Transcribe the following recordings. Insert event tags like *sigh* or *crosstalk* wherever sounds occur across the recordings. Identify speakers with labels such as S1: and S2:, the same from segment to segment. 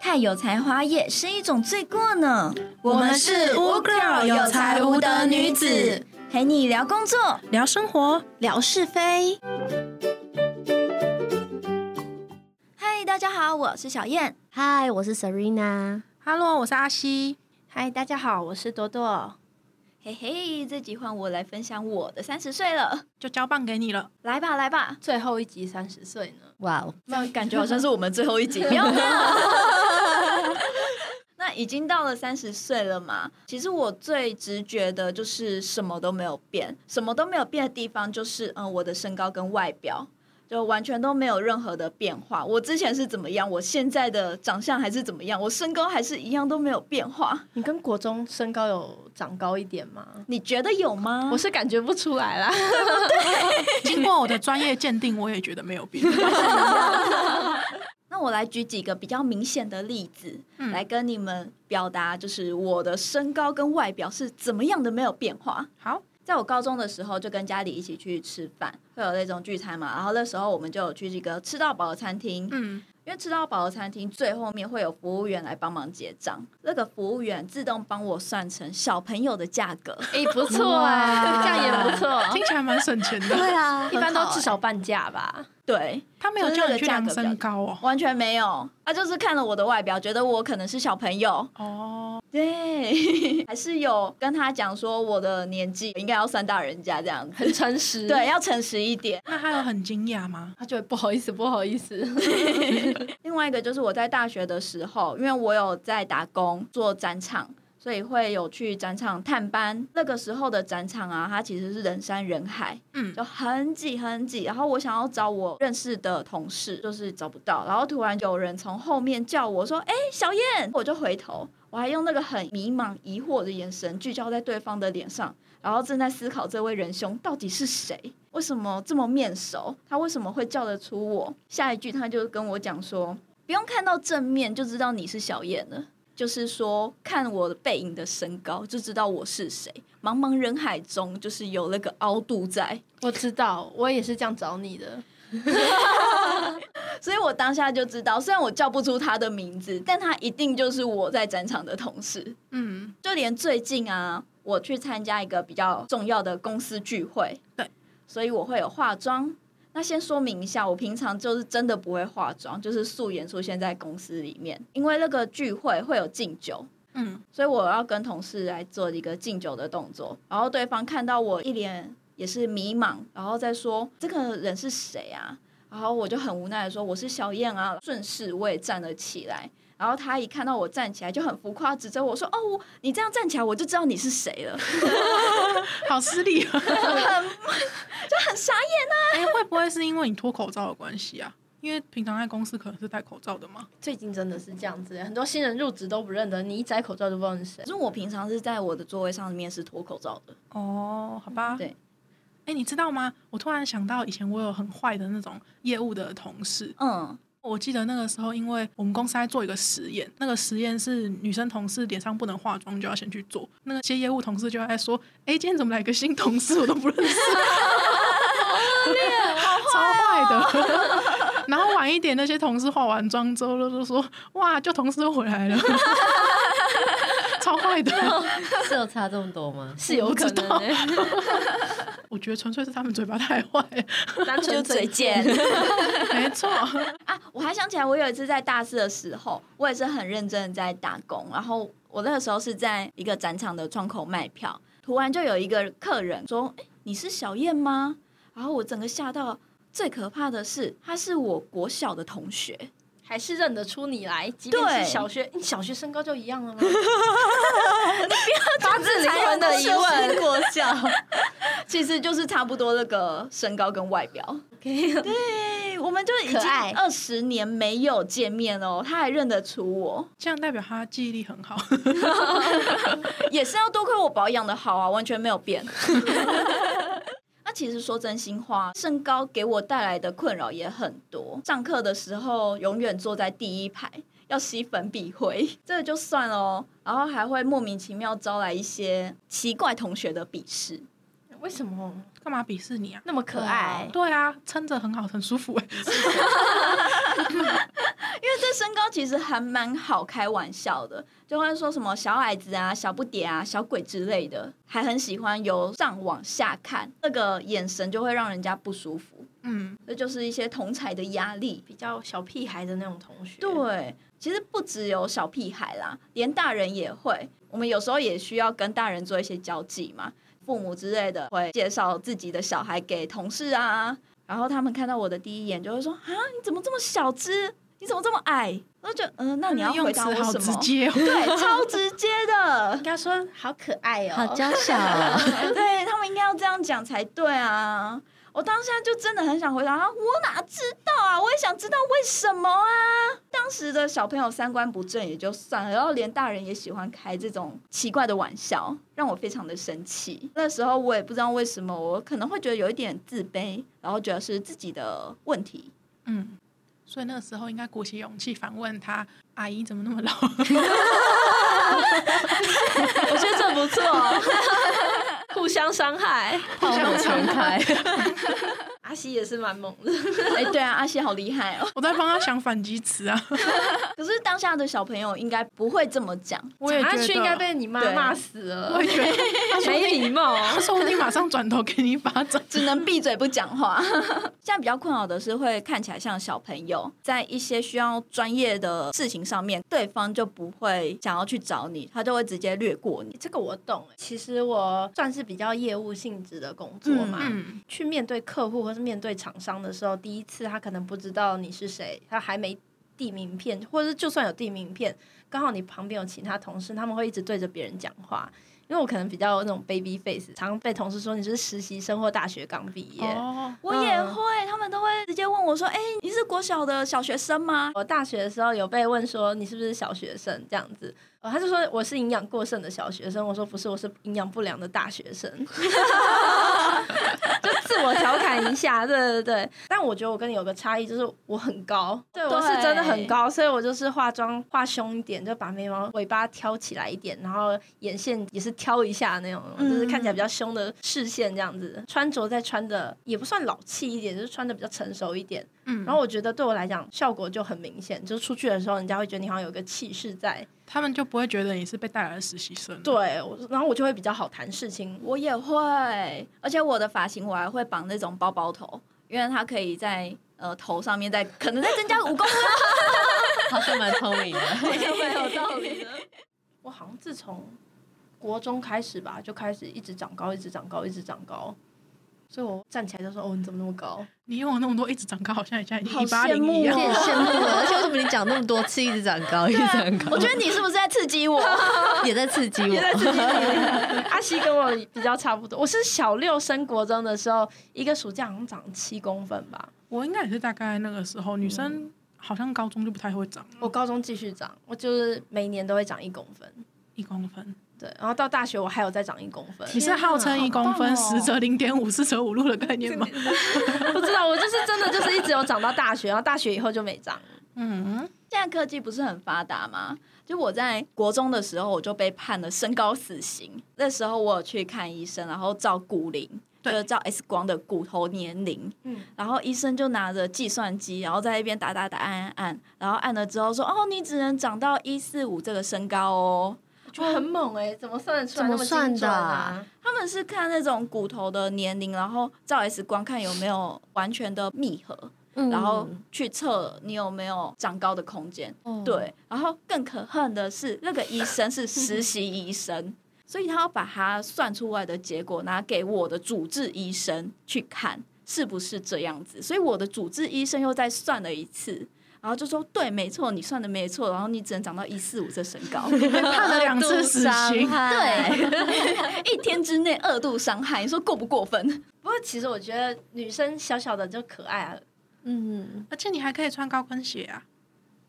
S1: 菜有才华也是一种罪过呢。
S2: 我们是无 girl 有才无德女子，
S1: 陪你聊工作。
S2: 聊生活，
S3: 聊是非。
S1: 嗨，大家好，我是小燕。
S3: 嗨，我是 Serena。
S2: Hello，我是阿西。
S4: 嗨，大家好，我是多多。
S1: 嘿嘿，这集换我来分享我的三十岁了。
S2: 就交棒给你了。
S1: 来吧，来吧，
S4: 最后一集三十岁呢，
S3: 哇哦，
S1: 那感觉好像是我们最后一集，没有没有。 *laughs* 那已经到了三十岁了嘛？其实我最直觉的就是什么都没有变，什么都没有变的地方就是，嗯，我的身高跟外表就完全都没有任何的变化。我之前是怎么样，我现在的长相还是怎么样，我身高还是一样都没有变化。
S4: 你跟国中身高有长高一点吗？
S1: 你觉得有吗？
S4: *laughs* 我是感觉不出来啦。
S2: *laughs* 经过我的专业鉴定，我也觉得没
S4: *laughs*
S2: 有变。
S1: 那我来举几个比较明显的例子，来跟你们表达，就是我的身高跟外表是怎么样的没有变化。
S2: 好，
S1: 在我高中的时候，就跟家里一起去吃饭，会有那种聚餐嘛。然后那时候我们就有去这个吃到饱的餐厅，
S2: 嗯，
S1: 因为吃到饱的餐厅最后面会有服务员来帮忙结账，那个服务员自动帮我算成小朋友的价格。
S4: 哎、不错啊，这样也不错。
S2: *laughs* 听起来蛮省钱的。
S3: 对啊，
S4: 一 *laughs* 般
S2: 欸
S4: 都至
S3: 是
S4: 少半价吧。
S1: 对，
S2: 他没有叫你去量身高哦。
S1: 完全没有，他就是看了我的外表，觉得我可能是小朋友，
S2: 哦，
S1: 对， *laughs* 还是有跟他讲说我的年纪应该要算大人家这样子，
S4: 很诚实，
S1: 对，，要诚实一点。
S2: 那他有很惊讶吗？
S4: 他就会不好意思，不好意
S2: *laughs*
S4: 思，
S1: 另外一个就是我在大学的时候，因为我有在打工做展场。所以会有去展场探班，那个时候的展场啊，它其实是人山人海，
S2: 嗯，
S1: 就很挤很挤。然后我想要找我认识的同事，就是找不到。然后突然有人从后面叫我说：“哎、小燕！”我就回头，我还用那个很迷茫、疑惑的眼神聚焦在对方的脸上，然后正在思考这位仁兄到底是谁，为什么这么面熟，他为什么会叫得出我？下一句他就跟我讲说：“不用看到正面就知道你是小燕了。”就是说，看我的背影的身高就知道我是谁。茫茫人海中，就是有那个凹度在。
S4: 我知道，我也是这样找你 *laughs* 的。
S1: 所以我当下就知道，虽然我叫不出他的名字，但他一定就是我在展场的同事。
S2: 嗯，
S1: 就连最近啊，我去参加一个比较重要的公司聚会，
S2: 对，
S1: 所以我会有化妆。那先说明一下，我平常就是真的不会化妆，就是素颜出现在公司里面，因为那个聚会会有敬酒，
S2: 嗯，
S1: 所以我要跟同事来做一个敬酒的动作，然后对方看到我一脸也是迷茫，然后再说这个人是谁啊？然后我就很无奈的说我是小燕啊，顺势我也站了起来。然后他一看到我站起来，就很浮夸，指着我说：“哦，你这样站起来，我就知道你是谁了。 *laughs*
S2: 好失礼 *laughs* 啊！”
S1: 很傻眼，
S2: 哎，会不会是因为你脱口罩的关系啊？因为平常在公司可能是戴口罩的嘛。
S4: 最近真的是这样子，很多新人入职都不认得，你一摘口罩就不知道你是谁
S1: *laughs* 可。是我平常是在我的座位上面是脱口罩的，
S2: 哦，好吧。
S1: 对。
S2: 哎，你知道吗？我突然想到，以前我有很坏的那种业务的同事，
S1: 嗯，
S2: 我记得那个时候，因为我们公司在做一个实验，那个实验是女生同事脸上不能化妆就要先去做。那些业务同事就在说：“哎，今天怎么来个新同事，我都不认识。” *laughs* 超坏的。然后晚一点，那些同事化完妆之后都都说：“哇，就同事又回来了。” *laughs* 超坏的，
S3: 是有差这么多吗？
S4: 是有可能的、
S2: 我觉得纯粹是他们嘴巴太坏了。
S4: 单 *laughs*
S1: 就 *laughs*
S4: 纯
S1: 嘴贱。
S2: 没错，
S1: 啊，我还想起来，我有一次在大四的时候，我也是很认真地在打工，然后我那个时候是在一个展场的窗口卖票，突然就有一个客人说：“哎、你是小燕吗？”然后我整个吓到。最可怕的是，他是我国小的同学，
S4: 还是认得出你来，即便
S1: 对
S4: 是小学，你小学身高就一样了吗？
S1: 发自
S4: 灵魂的疑问，
S1: 国小， *laughs* 其实就是差不多那个身高跟外表。
S4: *laughs*
S1: 对，我们就已经
S4: 可爱
S1: 二十年没有见面哦，他还认得出我。
S2: 这样代表他记忆力很好。
S1: *laughs* 也是要多亏我保养的好啊，完全没有变。 *laughs* 那其实说真心话，身高给我带来的困扰也很多。上课的时候永远坐在第一排，要吸粉笔灰， *laughs* 这个就算了哦。然后还会莫名其妙招来一些奇怪同学的鄙视。
S4: 为什么
S2: 干嘛鄙视你啊？
S4: 那么可爱？
S2: 欸对啊，撑着很好，很舒服哎、
S1: 为这身高其实还蛮好开玩笑的，就会说什么小矮子啊、小不点啊、小鬼之类的，还很喜欢由上往下看，那个眼神就会让人家不舒服。
S2: 嗯，
S1: 这就是一些同才的压力。
S4: 比较小屁孩的那种同学。
S1: 对，其实不只有小屁孩啦，连大人也会。我们有时候也需要跟大人做一些交际嘛，父母之类的会介绍自己的小孩给同事啊，然后他们看到我的第一眼就会说：“啊，你怎么这么小只？你怎么这么矮？”我就觉得，嗯、那你要回
S2: 用
S1: 答
S2: 词
S1: 我
S2: 好
S1: 什
S2: 直
S1: 么？
S2: 接
S1: *laughs*
S2: 哦。
S1: 对，超直接的
S4: 应，该说好可爱哦、
S3: 好娇小啊、
S1: *laughs* 对他们应该要这样讲才对啊。我当下就真的很想回答他，我哪知道啊？我也想知道为什么啊？当时的小朋友三观不正也就算了，然后连大人也喜欢开这种奇怪的玩笑，让我非常的生气。那时候我也不知道为什么，我可能会觉得有一点自卑，然后觉得是自己的问题。
S2: 嗯，所以那个时候应该鼓起勇气反问他：“阿姨怎么那么老？” *laughs*
S4: 我觉得这不错，互相伤害。
S3: 泡沫全开，
S4: *laughs* 阿西也是蛮猛的，
S1: *laughs* 哎，对啊，阿西好厉害哦！
S2: 我在帮他想反击词啊！
S1: 可是当下的小朋友应该不会这么讲，
S2: 我也觉
S4: 阿
S2: 得
S4: 去应该被你妈
S1: 对
S4: 骂死了
S2: 我，也觉得
S4: 没礼貌。
S2: 他说不定马上转头给你一巴
S1: *laughs*
S2: 掌。
S1: 只能闭嘴不讲话。 *laughs* 现在比较困扰的是，会看起来像小朋友，在一些需要专业的事情上面，对方就不会想要去找你，他就会直接略过你。
S4: 这个我懂、欸其实我算是比较业务性质的工作嘛，
S2: 嗯，
S4: 去面对客户或是面对厂商的时候，第一次他可能不知道你是谁，他还没递名片，或者是就算有递名片，刚好你旁边有其他同事，他们会一直对着别人讲话。因为我可能比较有那种 baby face，常被同事说你是实习生或大学刚毕业。
S2: 哦，
S1: 我也会，他们都会直接问我说：“哎、你是国小的小学生吗
S4: 我大学的时候有被问说你是不是小学生这样子，哦，他就说我是营养过剩的小学生，我说不是，我是营养不良的大学生， *laughs* 就自我调侃一下，对对对。但我觉得我跟你有个差异，就是我很高，对我是
S1: 对
S4: 真的很高，所以我就是化妆化凶一点，就把眉毛尾巴挑起来一点，然后眼线也是挑一下那种，就是看起来比较凶的视线这样子。穿着再穿的也不算老气一点，就是穿的比较成熟一点。
S2: 嗯，
S4: 然后我觉得对我来讲效果就很明显，就是出去的时候，人家会觉得你好像有个气势在。
S2: 他们就不会觉得你是被带来的实习生。
S4: 对，我然后我就会比较好谈事？”情。
S1: 我也会，而且我的发型我还会绑那种包包头，因为它可以在呃头上面再可能再增加五公分。
S3: 好像蛮聪 *laughs* 明的。
S4: 没有道
S1: *laughs*
S4: 理的。我好像自从国中开始吧，就开始一直长高，一直长高，一直长高。所以我站起来就说：“哦，你怎么那么高
S2: 你用了那么多，一直长高，好像现在已经
S1: 好
S2: 一八
S1: 羡
S2: 零一
S1: 慕
S3: 有
S2: 样。
S1: 哦
S3: 点羡慕了， *laughs* 而且为什么你讲那么多次，一直长高，一直长高，
S1: 我觉得你是不是在刺激我？
S3: 也在刺激我。？”
S4: 阿西跟我比较差不多，我是小六升国中的时候，一个暑假好像长七公分吧。
S2: 我应该也是大概那个时候，女生好像高中就不太会长
S4: 我高中继续长，我就是每年都会长一公分。
S2: 一公分。
S4: 对，然后到大学我还有再长一公分。
S2: 你是号称一公分，
S1: 好棒哦
S2: 实则零点五，四舍五入的
S1: *laughs*
S2: 概念吗？
S4: *laughs* 不知道，我就是真的就是一直有长到大学，然后大学以后就没长。
S2: 嗯，
S1: 现在科技不是很发达吗？就我在国中的时候，我就被判了身高死刑。那时候我有去看医生，然后照骨龄，就
S2: 对
S1: 是照 X 光的骨头年龄。
S4: 嗯，
S1: 然后医生就拿着计算机，然后在那边打打打按按按，然后按了之后说：“哦，你只能长到一四五这个身高哦。
S4: 我觉得很猛哎、怎么算得出来
S3: 来
S4: 那
S3: 那么
S4: 么
S3: 精
S4: 精
S3: 准
S4: 准
S3: 啊
S4: 啊？”
S1: 他们是看那种骨头的年龄，然后照 X 光看有没有完全的密合，
S3: 嗯
S1: 然后去测你有没有长高的空间。对，然后更可恨的是，那个医生是实习医生，所以他要把他算出来的结果拿给我的主治医生去看是不是这样子，所以我的主治医生又再算了一次。然后就说对，没错，你算的没错，然后你只能长到一四五这身 *laughs* 高，
S2: 被判了两次死刑。
S3: 对，
S1: *laughs* 一天之内二度伤害，你说过不过分？。
S4: 不过其实我觉得女生小小的就可爱啊，
S3: 嗯，
S2: 而且你还可以穿高跟鞋啊，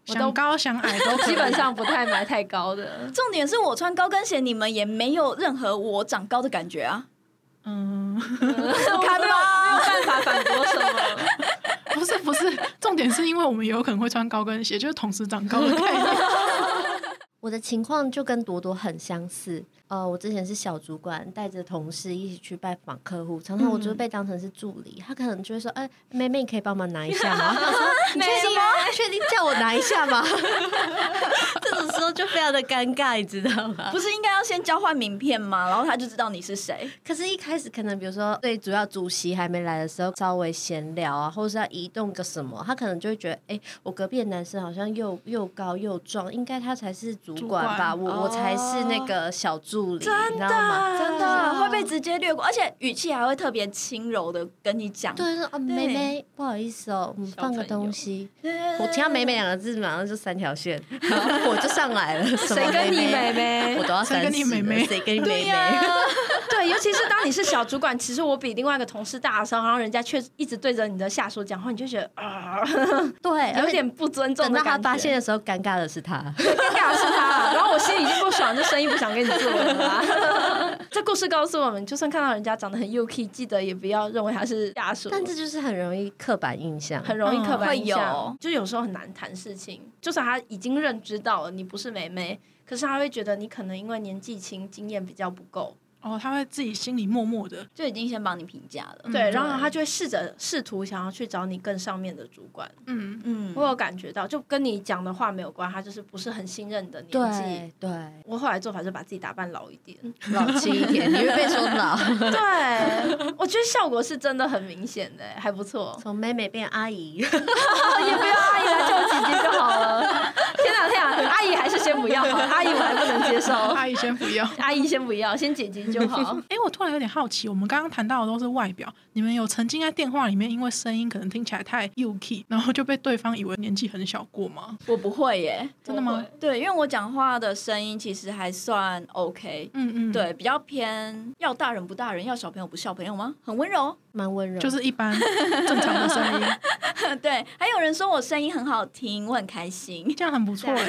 S4: 我都
S2: 想高想矮都可以
S4: *laughs* 基本上不太买太高的
S1: *laughs* 重点是我穿高跟鞋，你们也没有任何我长高的感觉啊，
S2: 嗯，
S1: 看吧。
S4: 办法反驳什么？
S2: 不是
S4: *laughs*
S2: 不是，重点是因为我们也有可能会穿高跟鞋，就是同时长高的概念。
S3: 我的情况就跟朵朵很相似。呃，我之前是小主管，带着同事一起去拜访客户，常常我就会被当成是助理，他可能就会说：“哎、妹妹，你可以帮忙拿一下吗？” *laughs* 你确定吗？确定叫我拿一下 *laughs* 吗？这种时候就非常的尴尬，你知道吗？
S1: 不是应该要先交换名片吗？然后他就知道你是谁。
S3: 可是，一开始可能比如说对主要主席还没来的时候，稍微闲聊啊，或是要移动个什么，他可能就会觉得，哎、我隔壁的男生好像又又高又壮，应该他才是主管吧，
S4: 嗯
S2: 主管
S3: 我、
S1: 哦
S3: 我才是那个小助理，
S4: 哦
S3: 你知道吗？
S1: 真的会被直接略过，而且语气还会特别轻柔的跟你讲。
S3: 对，说啊，妹妹，不好意思哦，我们
S4: 小
S3: 放个
S4: 朋友
S3: 东西。
S1: 对，对
S3: 我听到“妹妹”，两个字，马上就三条
S4: *laughs*
S3: 线，然后我就上来了。什么
S4: 谁跟你妹
S3: 妹？
S4: 妹啊
S3: 我？都要
S2: 谁跟你
S3: 30了
S2: 妹妹
S3: 谁跟你
S1: 对
S3: 妹妹？
S1: 呀
S4: *laughs* 对，尤其是当你是小主管，其实我比另外一个同事大的时候，然后人家却一直对着你的下属讲话，你就觉得啊，
S3: 对，
S4: 有点不尊重
S3: 等
S4: 的
S3: 到
S4: 感觉。
S3: 他
S4: *laughs*
S3: 发现的时候，尴尬的是他。
S4: 尴尬的是他，啊然后我心里已经不爽，这生意不想跟你做了啦。 *laughs* 这故事告诉我们，就算看到人家长得很 UK，记得也不要认为他是下属。
S3: 但这就是很容易刻板印象，
S4: 很容易刻板印象，
S1: 嗯会有
S4: 就有时候很难谈事情。就算他已经认知到了你不是妹妹，可是他会觉得你可能因为年纪轻，经验比较不
S3: 嗯
S4: 够，
S2: 哦，他会自己心里默默的，
S1: 就已经先帮你评价了。
S4: 对，
S2: 对
S4: 然后他就会试着试图想要去找你更上面的主管。
S2: 嗯，
S1: 嗯，
S4: 我有感觉到，就跟你讲的话没有关，他就是不是很信任你的年纪。
S3: 对对，
S4: 我后来做法是把自己打扮老一 *laughs* 点，
S3: 老气一点，你会被说 *laughs* 老，。
S4: 对，我觉得效果是真的很明显的，还不错
S3: 从妹妹变阿姨，
S4: 也不要阿姨来叫我姐姐就好了。 *laughs* 天哪天哪，阿姨还是先不要好了，阿姨我还不能接受。
S2: 阿姨先不
S4: *laughs*
S2: 要。
S4: 阿姨先不要，先姐姐就好。 *laughs*
S2: 哎、我突然有点好奇，我们刚刚谈到的都是外表，你们有曾经在电话里面因为声音可能听起来太 UK，然后就被对方以为年纪很小过吗？
S1: 我不会耶。
S2: 真的吗？
S1: 对，因为我讲话的声音其实还算 OK，
S2: 嗯嗯，，
S1: 对，比较偏要大人不大人，要小朋友不小朋友吗？很温柔。
S3: 蛮温柔，
S2: 就是一般正常的声
S4: *laughs*
S2: 音，
S1: 对，还有人说我声音很好听，我很开心。
S2: 这样很不错
S4: *laughs*
S2: 哎。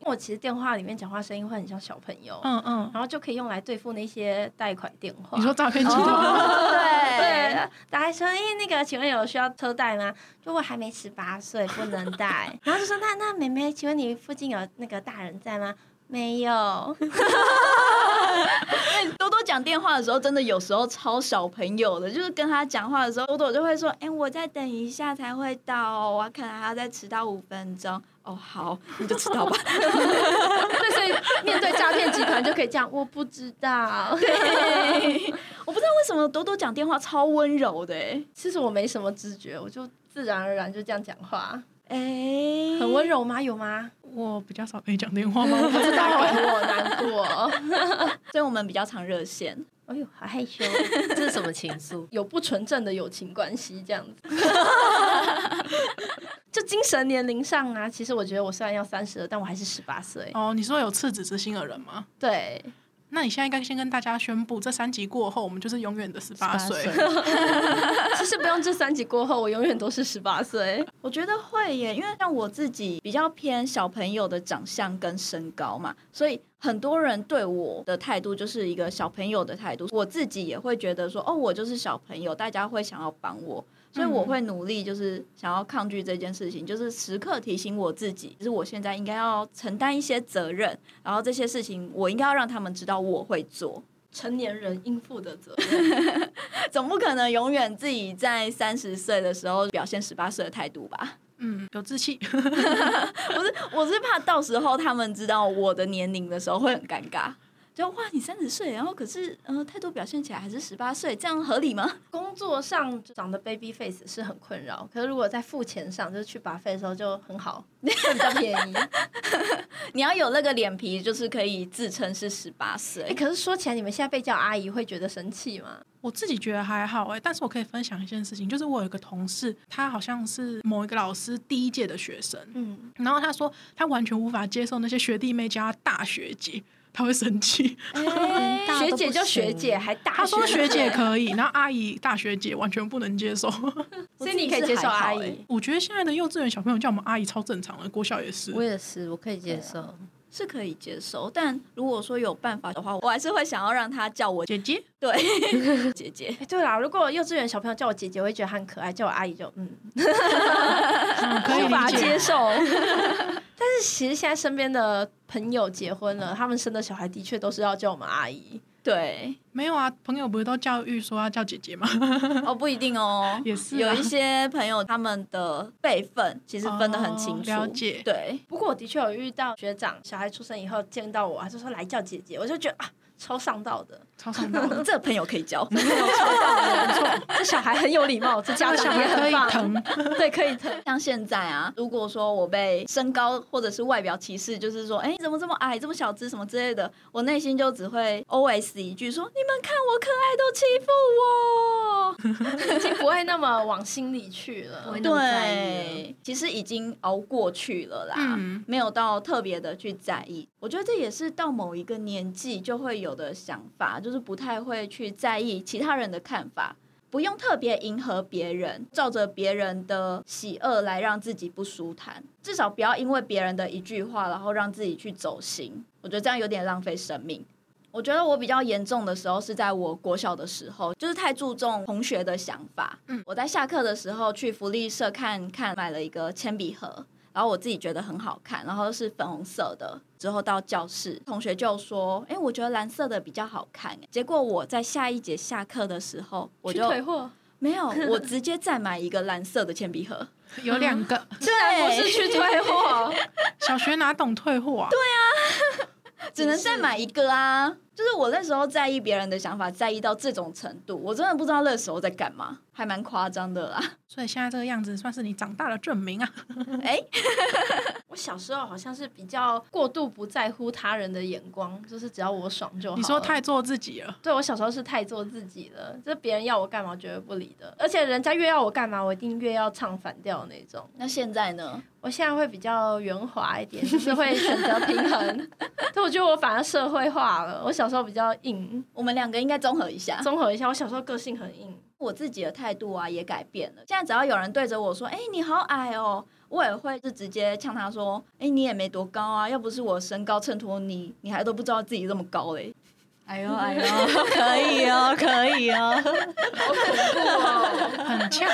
S4: 我其实电话里面讲话声音会很像小朋友，
S2: 嗯嗯，
S4: 然后就可以用来对付那些贷款电话。
S2: 你说诈骗
S4: *laughs*
S2: 集
S4: 哦
S2: 团，
S1: 对
S4: 对，打来说，哎、那个，请问有需要车贷吗？就我还没十八岁，不能 *laughs* 贷。然后就说，那那妹妹，请问你附近有那个大人在吗？没有，
S1: 多多讲电话的时候，真的有时候超小朋友的，就是跟他讲话的时候，多多就会说：“哎、我再等一下才会到哦，我可能还要再迟到五分钟。”哦，好，你就迟到吧。
S4: *laughs* 对，所以面对诈骗集团就可以这样，我不知道。
S1: *laughs* 我不知道为什么多多讲电话超温柔的、欸，
S4: 其实我没什么知觉，我就自然而然就这样讲话，
S1: 哎、
S4: 很温柔吗？有吗？
S2: 我比较少跟你讲电话吗？我不
S4: 不
S2: 知
S4: 知
S2: 道
S4: 道，
S2: 哎。
S4: 我难 *laughs* 过。
S1: 所以我们比较常热线。
S4: 哎呦，好害羞。
S3: 这是什么情愫？ *laughs*
S4: 有不纯正的友情关系这样
S2: *laughs*
S4: 子。就精神年龄上啊，其实我觉得我虽然要三十了，但我还是十八岁。
S2: 哦，你说有赤子之心的人吗？
S4: 对，
S2: 那你现在应该先跟大家宣布，这三集过后，我们就是永远的十八岁。
S4: 其实不用这三集过后，我永远都是十八岁。
S1: 我觉得会耶，因为像我自己比较偏小朋友的长相跟身高嘛，所以很多人对我的态度就是一个小朋友的态度。我自己也会觉得说，哦，我就是小朋友，大家会想要帮我，所以我会努力，就是想要抗拒这件事情，就是时刻提醒我自己，就是我现在应该要承担一些责任，然后这些事情我应该要让他们知道我会做。
S4: 成年人应负的责任，
S1: 总不可能永远自己在三十岁的时候表现十八岁的态度吧？
S2: *laughs*
S1: *laughs*
S2: 嗯，有志气。 *laughs*
S1: 我是怕到时候他们知道我的年龄的时候会很尴尬，就哇你三十岁，然后可是呃态度表现起来还是十八岁，这样合理吗？ *laughs*
S4: 工作上长得 baby face 是很困扰，可是如果在付钱上，就是去把费的时候就很好，会比较
S2: *laughs*
S4: 便宜。
S1: 你要有那个脸皮，就是可以自称是十八
S4: 哎、
S1: 岁。
S4: 可是说起来，你们现在被叫阿姨会觉得生气吗？
S2: 我自己觉得还好哎、但是我可以分享一件事情，就是我有一个同事，他好像是某一个老师第一届的学生，
S4: 嗯，
S2: 然后他说他完全无法接受那些学弟妹叫他大学姐，他会生气。
S3: 哎大家
S4: *laughs* 学
S3: 都
S4: 姐
S3: 不
S4: 就学
S3: 行
S4: 姐，还大
S2: 他说学姐
S4: 姐
S2: 可以，然后阿姨、大学姐完全不能接受。 *laughs*
S4: 所以你可以接受阿姨。
S2: 我觉得现在的幼稚园小朋友叫我们阿姨超正常的，国小也是
S3: *laughs* 我。也是，我可以接受。
S1: 是可以接受，但如果说有办法的话，我还是会想要让他叫我 *laughs*
S2: 姐姐，
S1: 姐姐。
S4: 哎，对啦，如果幼稚园小朋友叫我姐姐，我会觉得她很可爱；叫我阿姨就嗯，
S2: 嗯可以
S4: 无法 *laughs*
S2: 理
S4: 接
S2: 解。
S4: 受。但是是其实现在身边的朋友结婚了，他们生的小孩的确都是要叫我们阿姨。
S1: 对，
S2: 没有啊，朋友不是都教育说要叫姐姐吗？，
S1: 哦，不一定哦
S2: 也是啊
S1: 有一些朋友他们的辈分其实分得很清楚，
S2: 哦了解
S1: 对，
S4: 不过我的确有遇到学长小孩出生以后见到我，他就说来叫姐姐，我就觉得啊，超上道的，
S2: 超上道的，
S1: 这个朋友可以交，
S4: 这小孩很有礼貌，这家
S2: 这小
S4: 长也
S2: 孩可
S4: 很
S2: 以
S4: 棒，
S2: 疼，
S4: 对，可以疼。
S1: 像现在啊，如果说我被身高或者是外表歧视，就是说，哎，你怎么这么矮，这么小只什么之类的，我内心就只会 OS 一句说，你们看我可爱都欺负我。
S4: 已经不会那么往心里去
S3: 不
S4: 了
S3: 会。那么在意
S1: 对，其实已经熬过去了啦，
S2: 嗯
S1: 没有到特别的去在意。我觉得这也是到某一个年纪就会有的想法，就是不太会去在意其他人的看法。不用特别迎合别人，照着别人的喜恶来让自己不舒坦，至少不要因为别人的一句话，然后让自己去走心。我觉得这样有点浪费生命。我觉得我比较严重的时候是在我国小的时候，就是太注重同学的想法。
S2: 嗯
S1: 我在下课的时候去福利社看看，买了一个铅笔盒，然后我自己觉得很好看，然后是粉红色的。之后到教室，同学就说：“哎、我觉得蓝色的比较好看。”结果我在下一节下课的时候，我
S4: 去
S1: 就
S4: 退货，
S1: 没有，我直接再买一个蓝色的铅笔盒。
S4: *laughs*
S2: 有两个
S1: 对，
S4: 不是去退货，
S2: 小学哪懂退货啊？对，
S1: 只能再买一个啊！就是我那时候在意别人的想法，在意到这种程度，我真的不知道那时候在干嘛，还蛮夸张的
S3: *laughs*
S1: 啦。
S2: 所以现在这个样子算是你长大的证明啊。
S1: 哎、
S4: *laughs* 我小时候好像是比较过度不在乎他人的眼光，就是只要我爽就好了。
S2: 你说太做自己了，
S4: 对我小时候是太做自己了，就是别人要我干嘛我绝对不理的，而且人家越要我干嘛，我一定越要唱反调那种。
S1: 那现在呢？
S4: 我现在会比较圆滑一点，就是会选择平衡。 *laughs* 但我觉得我反而社会化了，我小时候比较硬，
S1: 我们两个应该综合一下。
S4: 综合一下，我小时候个性很硬。
S1: 我自己的态度啊也改变了。现在只要有人对着我说：“哎、你好矮哦”，我也会是直接呛他说：“哎、你也没多高啊，要不是我身高衬托你，你还都不知道自己这么高嘞。”
S3: 哎呦哎呦，可以哦，可以 *laughs* 哦，
S2: 很呛。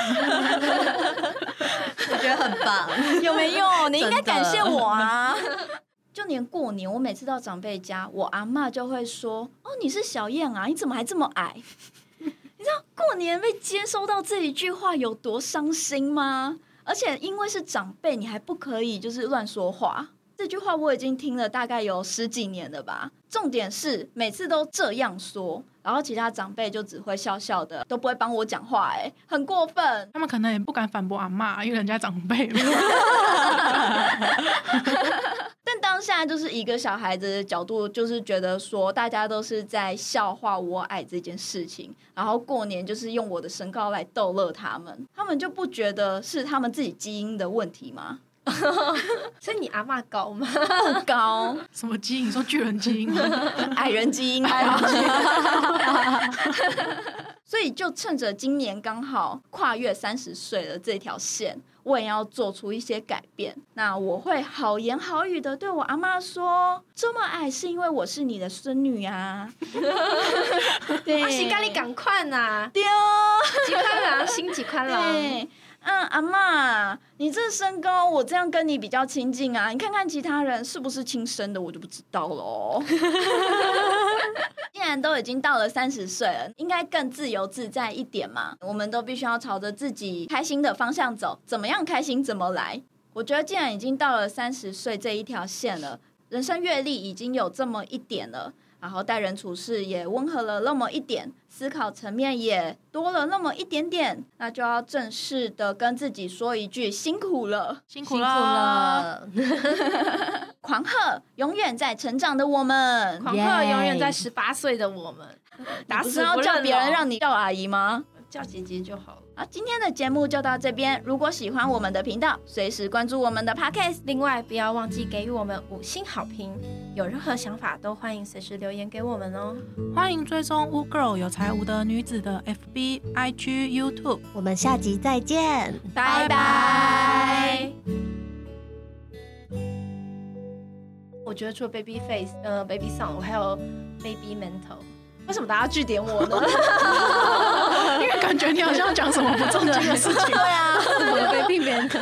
S3: 我觉得很棒。
S1: *laughs* 有没有？你应该
S3: 真的
S1: 感谢我啊！ *laughs* 就连过年，我每次到长辈家，我阿嬷就会说：“哦，你是小燕啊，你怎么还这么矮？” *laughs* 你知道过年被接收到这一句话有多伤心吗？而且因为是长辈，你还不可以就是乱说话。这句话我已经听了大概有十几年了吧。重点是每次都这样说，然后其他长辈就只会笑笑的，都不会帮我讲话、哎，很过分。
S2: 他们可能也不敢反驳阿妈，因为人家长辈嘛。
S1: 但当下就是一个小孩子的角度，就是觉得说大家都是在笑话我矮这件事情，然后过年就是用我的身高来逗乐他们，他们就不觉得是他们自己基因的问题吗？ *laughs*
S4: 所以你阿嬷高吗？
S1: 不高，
S2: 什么基因？你说巨人基因吗？
S1: 矮人基因，矮人基因。 *laughs* 所以就趁着今年刚好跨越三十岁的这条线，我也要做出一些改变。那我会好言好语的对我阿妈说：“这么矮是因为我是你的孙女 *laughs* 啊。” *laughs* 对，
S4: 阿西咖喱赶快呐，
S1: 丢。
S4: 几宽啦，新几宽啦。
S1: 对，嗯，阿妈，你这身高，我这样跟你比较亲近啊。你看看其他人是不是亲生的，我就不知道喽。 *laughs* 既然都已经到了三十岁了，应该更自由自在一点嘛。我们都必须要朝着自己开心的方向走，怎么样开心怎么来。我觉得既然已经到了三十岁这一条线了，人生阅历已经有这么一点了，然后待人处事也温和了那么一点，思考层面也多了那么一点点，那就要正式的跟自己说一句辛苦了，
S2: 辛
S3: 辛苦
S2: 了，
S3: 了，
S1: 狂贺永远在成长的我们。
S4: 狂贺永远在
S3: Yay
S4: 十八岁的我们，打
S1: 不
S4: 死
S1: 是要
S4: 不
S1: 叫
S4: 认
S1: 别人
S4: 老
S1: 让你叫阿姨吗？
S4: 叫姐姐就好了。
S1: 好，今天的节目就到这边。如果喜欢我们的频道，随时关注我们的 Podcast。
S4: 另外，不要忘记给予我们五星好评。有任何想法，都欢迎随时留言给我们哦。
S2: 欢迎追踪乌 girl 有才无德女子的 FB、IG、YouTube。
S3: 我们下集再见。
S1: 拜拜
S2: 拜拜。
S4: 我觉得除了 Baby Face，呃，Baby Song，我还有 Baby Mental。为什么大家据点我呢？
S2: *laughs* 因为感觉你好像要讲什么不正经的事情。
S1: *laughs* 对啊，
S3: 我被避免的，